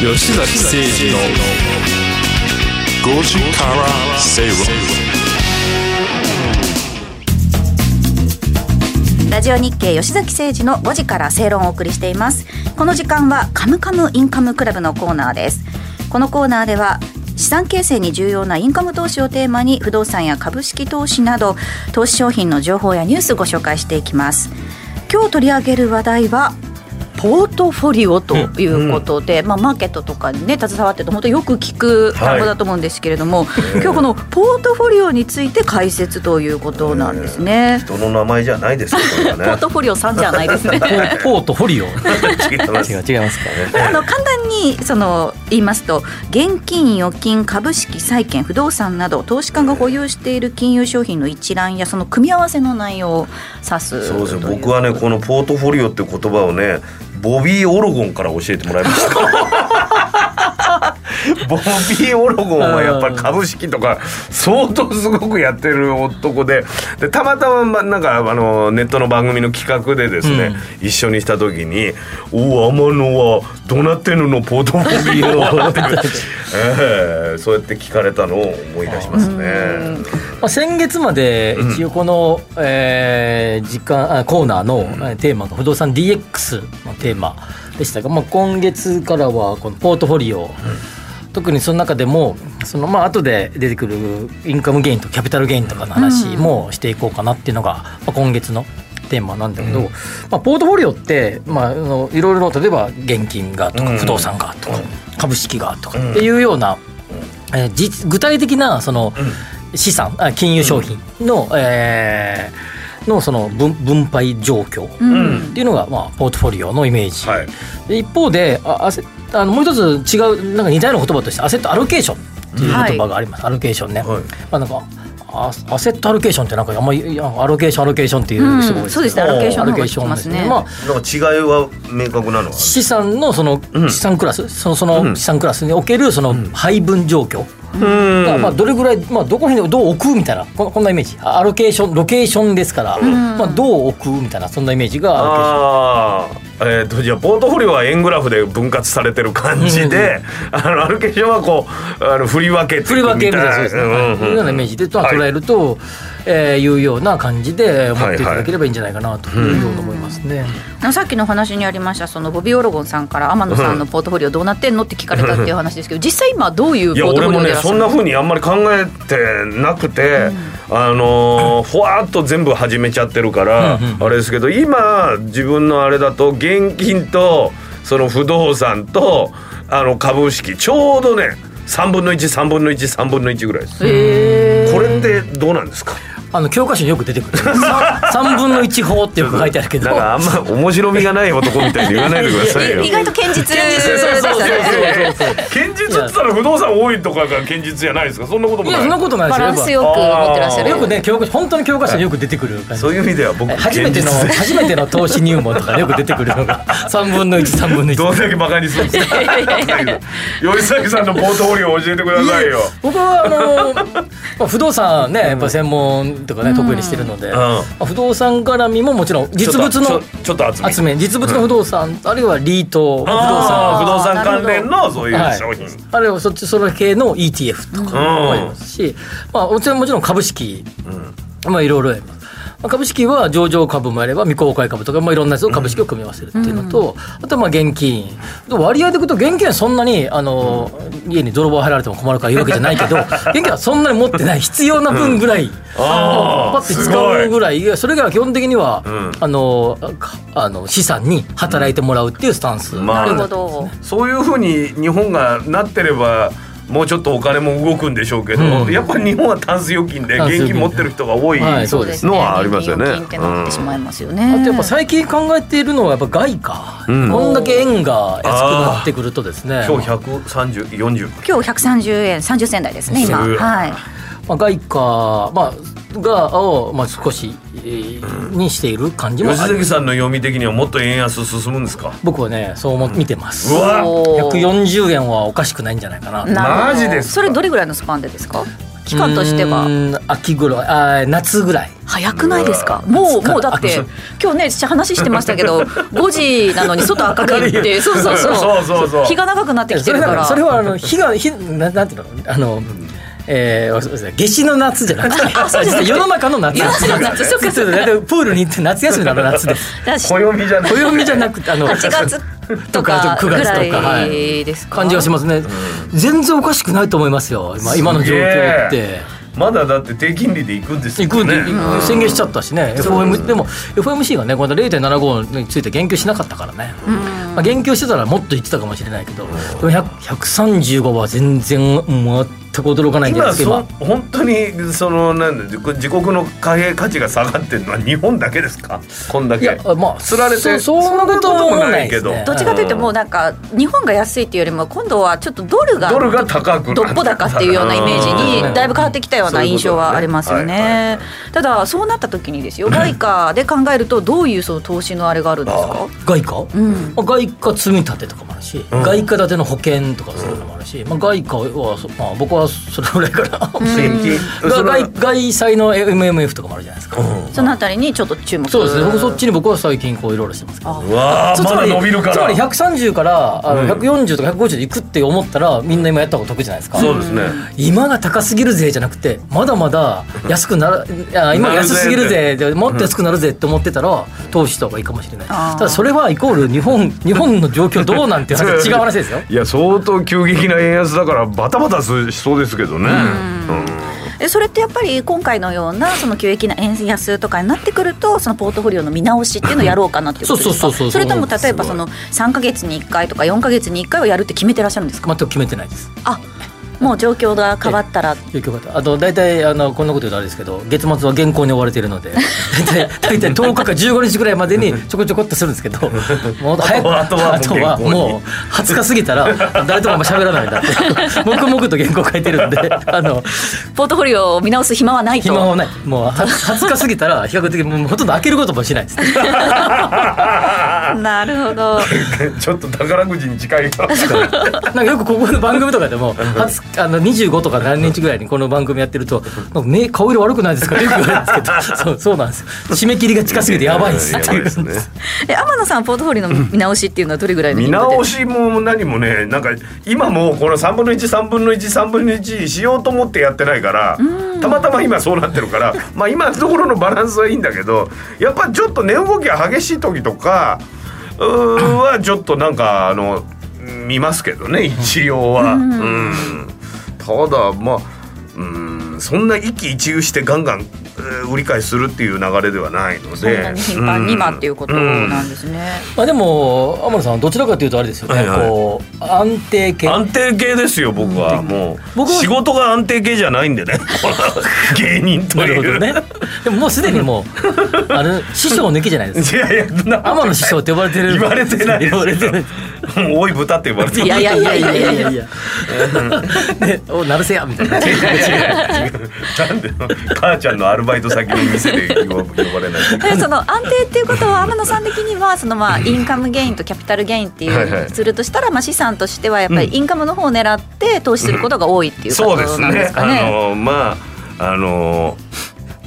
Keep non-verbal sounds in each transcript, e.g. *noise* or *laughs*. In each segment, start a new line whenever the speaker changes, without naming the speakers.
吉崎誠二の
5時から正論
ラジオ日経吉崎誠二の5時から正論をお送りしていますこの時間はカムカムインカムクラブのコーナーですこのコーナーでは資産形成に重要なインカム投資をテーマに不動産や株式投資など投資商品の情報やニュースをご紹介していきます今日取り上げる話題はポートフォリオということで、まあ、マーケットとかに、ね、携わってると本当よく聞く単語だと思うんですけれども、今日このポートフォリオについて解説ということなんですね。
人の名前じゃないですけど
*laughs*
ポー
ね。
トフォリオさんじゃないですね。
ポートフォリオ
違います
違う *laughs* 違いますか
これあの簡単にその言いますと現金預金株式債券不動産など投資家が保有している金融商品の一覧やその組み合わせの内容を指す
そうですね。
とい
僕はねこのポートフォリオって言葉をね。ボビー・オロゴンから教えてもらいました。
*laughs*
ボビー・オロゴンはやっぱり株式とか相当すごくやってる男ででたまたままなんかあのネットの番組の企画でですね、一緒にした時に「おお天野はどなってるのポートフォリオ」
*laughs*
って、ええそうやって聞かれたのを思い出しますね。
まあ、先月まで
うん
一応この、えー時間あコーナーのえーテーマが不動産 DX のテーマでしたが、まあ、今月からはこのポートフォリオ、特にその中でもそのまあ後で出てくるインカムゲインとキャピタルゲインとかの話もしていこうかなっていうのが、まあ、今月のテーマなんだけど、まあ、ポートフォリオって、まあ、あのいろいろ例えば現金がと
うん
か不動産がとか、株式がとかっていうような、えー実具体的なその、資産あ金融商品の、えーのその分分配状況
う
うんん
っていうのが、まあ、ポートフォリオのイメージ、
はい
で一方であアセあのもう一つ違うなんか似たような言葉としてアセットアロケーションっていう言葉があります、アロケーションね、
はい
まあ、なんかアアセットアロケーションってなんかあんまりいやアロケーションアロケーションっていううんすごいですけど
そうですね
アロケーショ
の方
ン
が
アロケーションです
聞きますね
まあ
なんか違いは明確なのは
資産のその
うん
資産クラス、そのそうの
ん
資産クラスにおけるその配分状況、
うん
まあ、どれぐらい、まあ、どこにどう置くみたいなこんこんなイメージあアロケーションロケーションですから、まあ、どう置くみたいなそんなイメージがアロ
ああえっ、とじゃあポートフォリオは円グラフで分割されてる感じで、 *laughs* あのアルケーションはこうあの振り分けて
ケー
いく
ション振り分けみたいなそうですね、はいいうようなイメージで、まあ、捉えると、いえーいうような感じで思っていただければいいんじゃないかなというように思いますね。
あのさっきの話にありましたそのボビー・オロゴンさんから天野さんのポートフォリオどうなってんのって聞かれたっていう話ですけど実際今どういう
いや
ポートフ
俺
ォリ
も
オで
ね
いらっしゃ
そ
る
んなふうにあんまり考えてなくて、あのーふわーっと全部始めちゃってるから、あれですけど今自分のあれだと現金とその不動産とあの株式ちょうどね3分の13分の13分の1ぐらいです。
へー
これってどうなんですか
あの教科書によく出て *laughs* くる3分の1法ってよく書いてあるけど
なんかあんま面白みがない男みたいに言わないでくださいよ。
意外と堅実でしたね
堅実って言ったら不動産多いとかが堅実じゃないですか。そんなこと
い
も
やそんな
ない。
ことないで
バ
すよ
ランス
やっ
よく持ってらっしゃ
ぱ
る
よくね教科書本当に教科書によく出てくる感じ
そういう意味では僕
初めて *laughs* の
現実
初めての投資入門とかよく出てくるのが3分の13分の1
どんだけバカにするんですか。 *laughs* 吉崎さんのポートフォリオ教えてくださいよ。
僕はあの
*laughs*
まあ不動産ねやっぱ専門とかね、得意にしてるので、まあ不動産絡みももちろん実物
ちょ
の
っとちょっと集め。
集め実物の不動産、あるいはリート不動
あ
産
ー不動産関連のそういう
はい
商品。
あるいはそっちその系の ETF とかもありますし、まあもちろんもちろん株式、まあいろいろあります。まあ株式は上場株もあれば未公開株とか、まあ、いろんなやつを株式を組み合わせるっていうのと、あとはまあ現金割合でいくと現金はそんなにあの、家に泥棒入られても困るからいうわけじゃない
*laughs*
けど現金はそんなに持ってない必要な分ぐらい、
あ
パ
あ
ッて
すご
使う
い。
ぐらいいやそれが基本的には、
ん
あのかあの資産に働いてもらうっていうスタンス、
まあ
なるほど
そういうふうに日本がなってればもうちょっとお金も動くんでしょうけど、
うん
やっぱり日本はタンス預金で
タンス
現
預金
金持ってる人が多い、
はいそうです
すね
のはありますよね
現金ってなってしまいますよね、
あとやっぱ最近考えているのはやっぱ外貨、
ん
こんだけ円が安くなってくるとですね
今日130、40
今日130円30銭台ですね今
すごい
はい
まあ、外貨、まあ、がを、まあ、少し、えーにしている感じも
吉
ある
崎さんの読み的にはもっと円安進むんですか
僕はねそう思見てます
うわ
おー
140円はおかしくないんじゃないかな
なるほど
マジですか
それどれぐらいのスパンでですか期間としては
うーん秋ぐらいあー夏ぐらい
早くないですかもう
暑か
もうだって今日ね話してましたけど5時なのに外明るいってそうそうそう
そうそうそう
日が長くなってきて
そ
る
れ
から
はそれはあの日が日ななんていうのあの、えー、そうですね夏至の夏じゃなくて
*laughs* そうですね
世の中の
*laughs*
夏
世の中の夏そっか
そうですだってプールに行って夏休みなの夏です
だし
暦じゃない
暦じゃなくてあの
8月とか
とか
ぐ
9月とからはい
ですか
感じがしますね、全然おかしくないと思いますよ今今の状況っ
すげ
て
え。まだだって低金利で行くんですよ
行くんで、
ね
行く宣言しちゃったしね、FM でも FOMC がねこの間0.75について言及しなかったからね、まあ、言及してたらもっと言ってたかもしれないけど、でも100 135は全然全く驚かないんじゃな
今
いです
そ
か
本当にそのなんだ自国の貨幣価値が下がってるのは日本だけですかこんだ
い
け
やまあ
釣られて
そそんなこともないですね
そんなこともないけ
どっちかというともうなんか日本が安いっていうよりも今度はちょっとドルが
ドルが高くなって
どっぽ高っていうようなイメージ
うん
にだいぶ変わってきたような印象はありますよ
そういうことだ
ね。ただそうなった時にですよ外貨で考えるとどういうその投資のあれがあるんですか
外貨、
ん
まあ、外貨積み立てとかもあるし、外貨建ての保険とかそういうのもあるし、まあ、外貨はそ、まあ、僕はそれぐらいかな、
現金
が
それ
*laughs*
は
外外債の MMF とかもあるじゃないですか、
そのあたりにちょっと注目
そうですね僕そっちに僕は最近こういろいろしてますけど
うわー
そうつ
ま
ま
だ
り
伸びるから
つまり130からあの
うん
140とか150でいくって思ったらみんな今やった方が得じゃないですか
そうですね
今が高すぎるぜじゃなくてまだまだ安くなら
*laughs*
あ今が安すぎるぜでもっと安くなるぜって思ってたら投資した方がいいかもしれない
あー
ただそれはイコール日
*laughs*
本日本の状況どうなんていう話違う話ですよ
いや相当急激な円安だからバタバタすしそうですけどね、うん
えそれってやっぱり今回のようなその急激な円安とかになってくるとそのポートフォリオの見直しっていうのをやろうかなっていうことですか
そうそうそうそう
れとも例えばその3か月に1回とか4か月に1回はやるって決めてらっしゃるんですか
全く決めてないです
あもう状況が変わったら
よくよかったあと大体あのこんなこと言うとあれですけど月末は原稿に追われているので大体
*laughs*
大体10日か15日ぐらいまでにちょこちょこっとするんですけどもう早く
あとは
あとは
もう原稿に
もう20日過ぎたら誰ともあんま喋らないんだって黙々と原稿書いてるんであの
ポートフォリオを見直す暇はないと
暇はないもうは20日過ぎたら比較的もうほとんど開けることもしないですね
なるほど
*laughs* ちょっと宝くじに近いから
なんかよくここの番組とかでも20あの25とか何日ぐらいにこの番組やってると「なんか目顔色悪くないですか?」よく言われるんですけどそうそうなんですよ締め切りが近すぎてやばいんですよ
*laughs* やばいですね
え天野さんポートフォリオの見直しっていうのはどれぐらいの
見
頻度で
直しも何もねなんか今もうこの3分の13分の13分の1しようと思ってやってないからたまたま今そうなってるから *laughs* まあ今のところのバランスはいいんだけどやっぱちょっと値動きが激しい時とかうーはちょっとなんかあの見ますけどね一応は。うんただまあうんそんな一喜一憂してガンガンえー売り買いするっていう流れではないので
そんなに頻繁に今っていうことなんですね、
まあでも天野さんどちらかというとあれですよね、
はいはい
こう安定系
安定系ですよ僕はもう
僕は
仕事が安定系じゃないんで
*laughs*
ね芸人と
なるほ
いう
どねでももうすでにもう
*laughs*
あの師匠抜きじゃないです
いやいや
か
な
天野師匠って呼ばれてる
言われてないです
言われてない
もう多い豚って呼ばれてる
いやいやいやいやいやいや
ねおなるせやみたいな
なんで母ちゃんのアルバイト先の店で呼ば呼ばれな
*laughs*
だ
い
からその安定っていうことは天野さん的にはそのまあインカムゲインとキャピタルゲインって
はいはい
いうするとしたらまあ資産としてはやっぱりインカムの方を狙って投資することが多いっていうこ
そう
と
です
なんで
ね
すか
あ
ね。
のまああの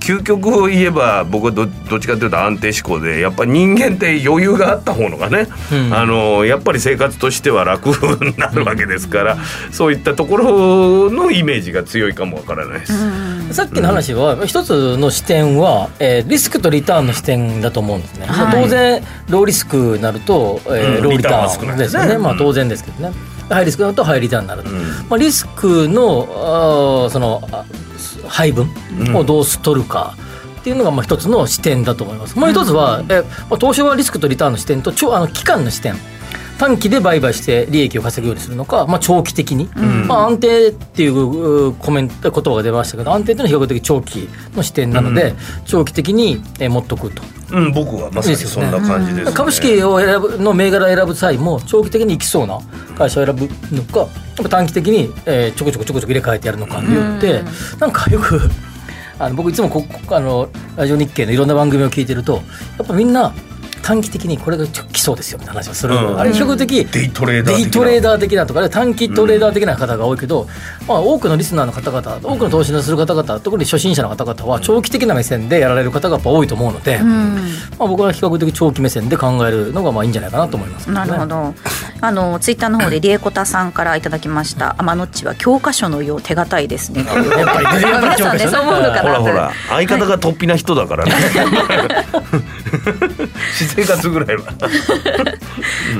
究極を言えば僕はどどっちかというと安定志向でやっぱ人間って余裕があった方のがね、
うん
あのやっぱり生活としては楽になるわけですから、そういったところのイメージが強いかもわからないです。
さっきの話は一つの視点は、えーリスクとリターンの視点だと思うんですね、
はい
当然ローリスクになると、えー
うん
ローリタ
リターンは少
ー
な
ン
い
で
ですす
よ
ね
ねまあ
うん
当然ですけどねハイリスクになるとハイリターンになると、
うん
まあ、リスクのあーそのあ配分をどう取るかっていうのがまあ一つの視点だと思います。もう一つは、えまあ、東証はリスクとリターンの視点と長あの期間の視点短期で売買して利益を稼ぐようにするのか、まあ、長期的に、まあ、安定っていううコメント言葉が出ましたけど安定っていうのは比較的長期の視点なので、長期的にえ持っとくと
うん、僕はまさにそんな感じです、ね
株式を選ぶの銘柄を選ぶ際も長期的にいきそうな会社を選ぶのかやっぱ短期的に、えーちょこちょこちょこちょこ入れ替えてやるのかによってなんかよく *laughs* あの僕いつもここあのラジオ日経のいろんな番組を聞いてるとやっぱみんな短期的にこれがちょっと来そうですよみたいな話をする、
うん
あれ比較的
デイトレーダー的な
デイトレーダー的なとかあるいは短期トレーダー的な方が多いけど、まあ、多くのリスナーの方々多くの投資のする方々特に初心者の方々は長期的な目線でやられる方がやっぱ多いと思うので、まあ、僕は比較的長期目線で考えるのがまあいいんじゃないかなと思いますけね、
なるほど。あのツイッターの方でリエコタさんからいただきました。アマノッチは教科書のよう手堅いですね。
やっぱりねやっぱ
皆
り長
さ
期で
んね
し
そ
ょ
う思うのか
ほ
な
ら
と。
ほら相方が突飛な人だからね *laughs* 私生活ぐらいは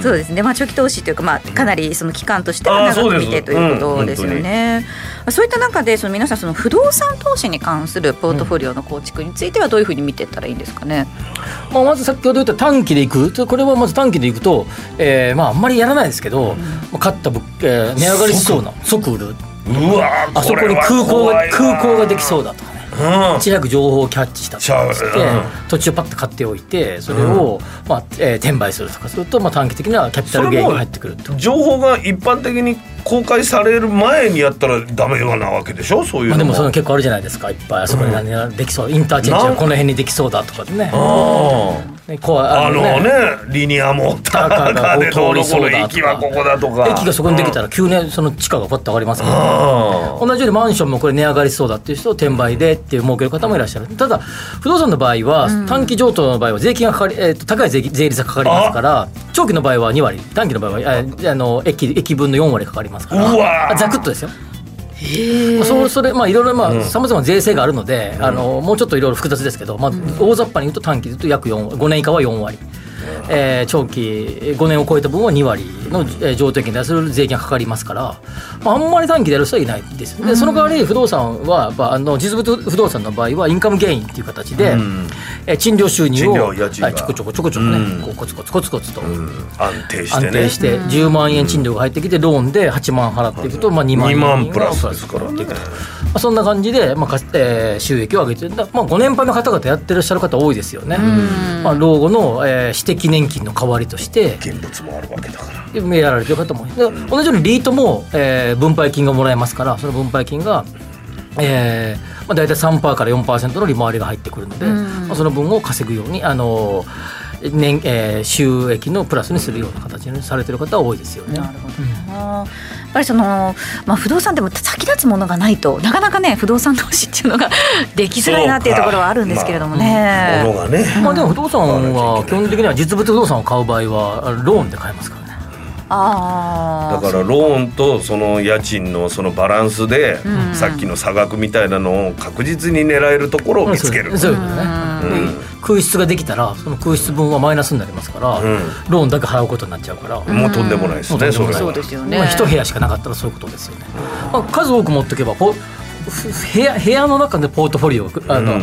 そうですね、まあ、長期投資というか、まあ、かなりその期間としては
あー
長く見
そうで
て
す
ということですよね。そういった中でその皆さんその不動産投資に関するポートフォリオの構築についてはどういうふうに見ていったらいいんですかね。
まあ、まず先ほど言った短期でいくとこれはまず短期でいくと、えーまあ、あんまりやらないですけど、まあ買った物件、えー値上がりしそうな即売る
うわー
あそこに
れは
空港が
怖いわ
空港ができそうだとかね
うん
いち早く情報をキャッチしたとかして、
そううん
土地をパッと買っておいてそれを、まあえー転売するとかすると、まあ、短期的なキャピタルゲインが入ってくると。
情報が一般的に公開される前にやったらダメようなわけでしょそういう
まあ、
の
で
も,、
もその結構あるじゃないですかいっぱいあそこに何ができそう、インターチェンジがこの辺にできそうだとかねねこう
あ
あ
の
の
ね
ね
リニアモーターカーでどうのこうの駅はここだとか
駅がそこにできた
ら、
ら急にその地価がパッと上がりますから、
うん
同じようにマンションもこれ値上がりしそうだっていう人を転売でっていう儲ける方もいらっしゃるただ不動産の場合は短期譲渡の場合は税金がかかり、えーと高い税金税率がかかりますから長期の場合は2割短期の場合は、えーあの駅駅分の4割かかりますか
うわ
ら
ー
あざくっとですよ。そうそれまあいろいろまあさまざまな税制があるので、あのもうちょっといろいろ複雑ですけど、まあ、大雑把に言うと短期で言うと約4 5年以下は4割、えー長期5年を超えた分は2割の、えー譲渡益に対する税金がかかりますから、まあ、あんまり短期でやる人はいないんですよでその代わり不動産は、まあ、あの実物不動産の場合はインカムゲインっていう形で、えー賃料収入
賃
を、
料家賃が
はいちょこちょこちょこちょこね、
うん
こうコツコツコツコツと。
安定してね
安定して10万円賃料が入ってきてローンで8万払っていくとまあ2万円
2
が
万プラスですからね
まあ、そんな感じで、まあかえー収益を上げてる、だまあ、ご年配の方々やってらっしゃる方多いですよね、まあ、老後の、えー私的年金の代わりとして
現物もあるわけだから
やられてる方もで同じようにリートも、えー分配金がもらえますからその分配金が、えーまあ、大体3%から4%の利回りが入ってくるので、まあ、その分を稼ぐようにあの年、えー収益のプラスにするような形にされてる方は多いですよね。
なるほどなやっぱりその、まあ、不動産でも先立つものがないとなかなかね不動産投資っていうのが *laughs* できづらいなっていうところはあるんですけれどもね。
物がね、
まあでも不動産は基本的には実物不動産を買う場合はローンで買えますからね。
あ
だからローンとその家賃のそのバランスで、さっきの差額みたいなのを確実に狙えるところを見つける、
そういうことね。で空室ができたらその空室分はマイナスになりますから、
ん
ローンだけ払うことになっちゃうから。
もうとんでもないですね、
うん
それ
あ
は
そうですよね。
まあ一部屋しかなかったらそういうことですよね。まあ数多く持っておけばポ部屋部屋の中でポートフォリオをあの、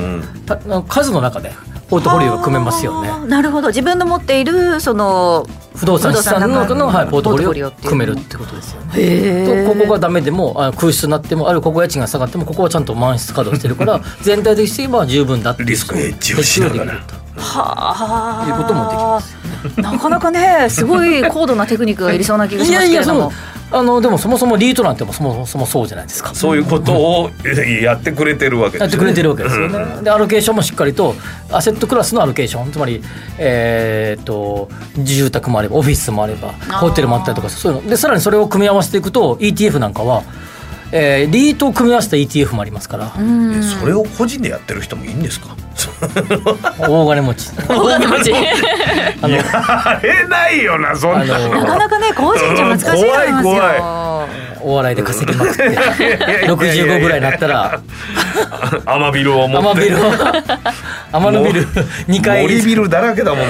たあの数の中でポートフォリオが組めますよね
あ。ーなるほど自分の持っているその
不動産資産の中の、はい、ポートフォリオを
っていう
組めるってことですよね。
へ
とここがダメでもあ空室になってもあるいはここが家賃が下がってもここはちゃんと満室稼働してるから全体的に言えば十分だっていう
リスクヘッジをしなが
ヘッ
ら
ジをできる
はあ
いうこともできます
なかなかねすごい高度なテクニックがいりそうな気
と
がし
いや
ます
い
け
や
れど
そ
も
うあのでもそもそもリートなんてもそもそもそうじゃないですか
そういうことをえやってくれてるわけ
やって
です
く
よ
れ
ね
てるわけですよね、でアロケーションもしっかりとアセットクラスのアロケーションつまりえーっと住宅もあればオフィスもあればホテルもあったりとかそういうのでさらにそれを組み合わせていくと ETF なんかは、えーリートを組み合わせた ETF もありますから、
えそれを個人でやってる人もいいんですか
大金持ち
大金持ち
あれないよなそん
あ
な
なかなかね個人じゃ難しいと思いますよ
怖い
お笑いで稼ぎまくって65
65
ぐらいになったら
アマビルを持
アマ
っ
ビ
て
ルをアマのビル2階
森ビルだらけだもん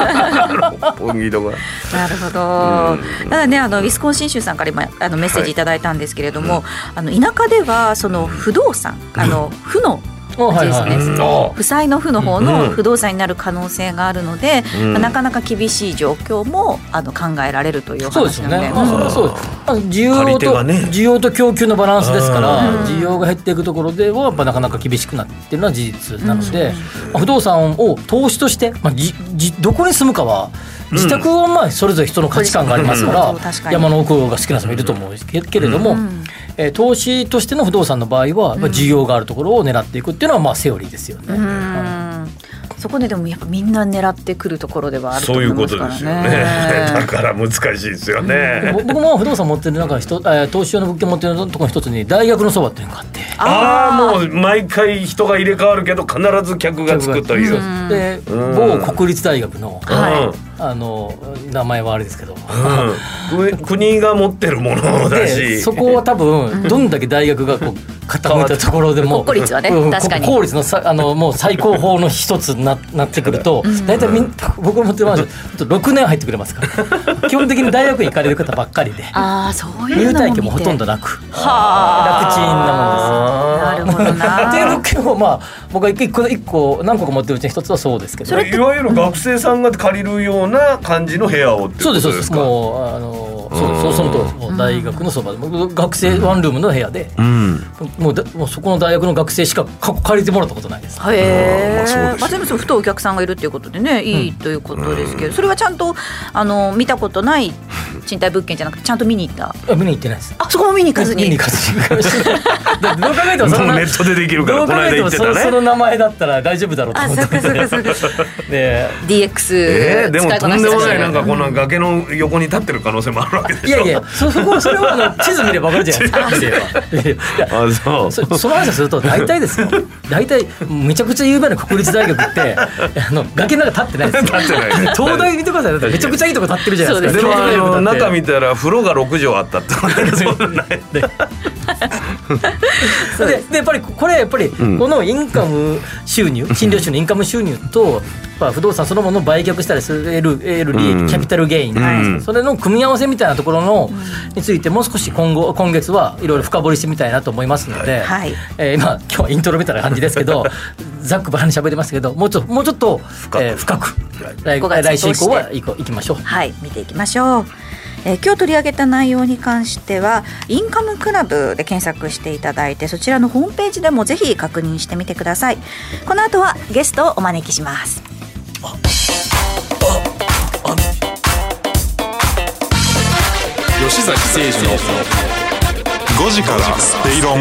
六本木とか
なるほど、ただねあのウィスコンシン州さんから今あのメッセージいただいたんですけれども、あの田舎ではその不動産あの負の
おはい
です
は
ね
い
うん
負債の負の方
う
の
ん
不動産になる可能性があるので、
ん
まあなかなか厳しい状況もあの考えられるというお
そうです
話
よ
なの
ね、
で
まあ、それはそうですまあ需
借り
要
手
と、
がね
需要と供給のバランスですから
う
需要が減っていくところではやっぱなかなか厳しくなってるのは事実なので、まあ不動産を投資として、まあ、じじどこに住むかは自宅はまあそれぞれ人の価値観がありますか
うん確からに
山の奥が好きな人もいると思うけけれども、えー投資としての不動産の場合は、まあ、需要があるところを狙っていくっていうのはまあセオリーですよね。
うんそこででもやっぱみんな狙ってくるところではあると
そう
思
い
いう
こ
ます
と
か
で
ら
す
ね。
よね *laughs* だから難しいですよ
で
ね
も僕も不動産持ってる中の一つ、えー投資用の物件持ってるとこの一つに大学のそばっていうのがあって
ああーもう毎回人が入れ替わるけど必ず客がつくという、
そう
う
で
うん
某国立大学の
ん
は
あの名前はあれですけど
うんく国が持ってるものだ
で
し
そこは多分どんだけ大学がこう傾いたところでも
*laughs* 国公立はね
うん
確かに
国公立のさあのもう最高峰の一つにななってくると大体みん *laughs* 僕が持ってるマンション6年入ってくれますから
*laughs*
基本的に大学行かれる方ばっかりで
ああそういうのも見
入
て
隊期もほとんどなく楽ちん
は
な
あ
もんです。
なるほど
*laughs*
な
っていう物件をまあ僕は一個一個何個か持ってるうちの一つはそうですけど
それって
いわゆる学生さんが借りるような感じの部屋をっていう
そう
こ
ですそ
と
う
で
ですす
か
もうあのそうそうそのともう大学のそばでもう学生ワンルームの部屋で、
うん
もうだもうそこの大学の学生しかか借りてもらったことないです
へえ、ま
まあ
あ
そうですよ
でもそうふとお客さんがいるっていうことでねいいということですけど、それはちゃんとあの見たことない賃貸物件じゃなくてちゃんと見に行った
あ見に行ってないです
あそこも見に行かずに
見に行か
*laughs*
ずにだってどう考えてもその
もう
な
ネットでできるから
どう
こ
考
の
え
間
て
言っ
も
て
そ
た
のその
ね
名前だったら大丈夫だろうと
あ
思
そっ
っ
かそっかそっか
てで
DX、
*laughs* えー、でも
使い
と
こ
んで
なしてら
も
っしゃ
ない
る
なんかこの崖の横に立ってる可能性もあるわけで
い
しょ
やいやそそこそれは
*laughs*
あの地図見ればわかるじゃないですか見ればいやいや
あそう
そその話をすると大体ですよ大体めちゃくちゃ有名な国立大学ってあの崖なんか立ってないですよ *laughs*
*laughs* 立ってない
東大見てくださいだってめちゃくちゃいいとこ立ってるじゃないです
で
か
もあの
東
中
大
見たら風呂が6畳あったって
*laughs* でででやっぱりこれやっぱりこ
ん
のインカム収入診療収のインカム収入とまあ不動産そのものを売却したりする得る利
うん
益キャピタルゲイン
うん
それの組み合わせみたいなところのについてもう少し今後今月はいろいろ深掘りしてみたいなと思いますので、
はい
えー今今日はイントロみたいな感じですけどざっくばらんに喋りましたけどもうちょもうちょっと
く
えー深く来
五月
来週以降は行こう行きましょう。
はい、見ていきましょう。えー今日取り上げた内容に関してはインカムクラブで検索していただいてそちらのホームページでもぜひ確認してみてくださいこの後はゲストをお招きします
吉崎誠二の5時から正論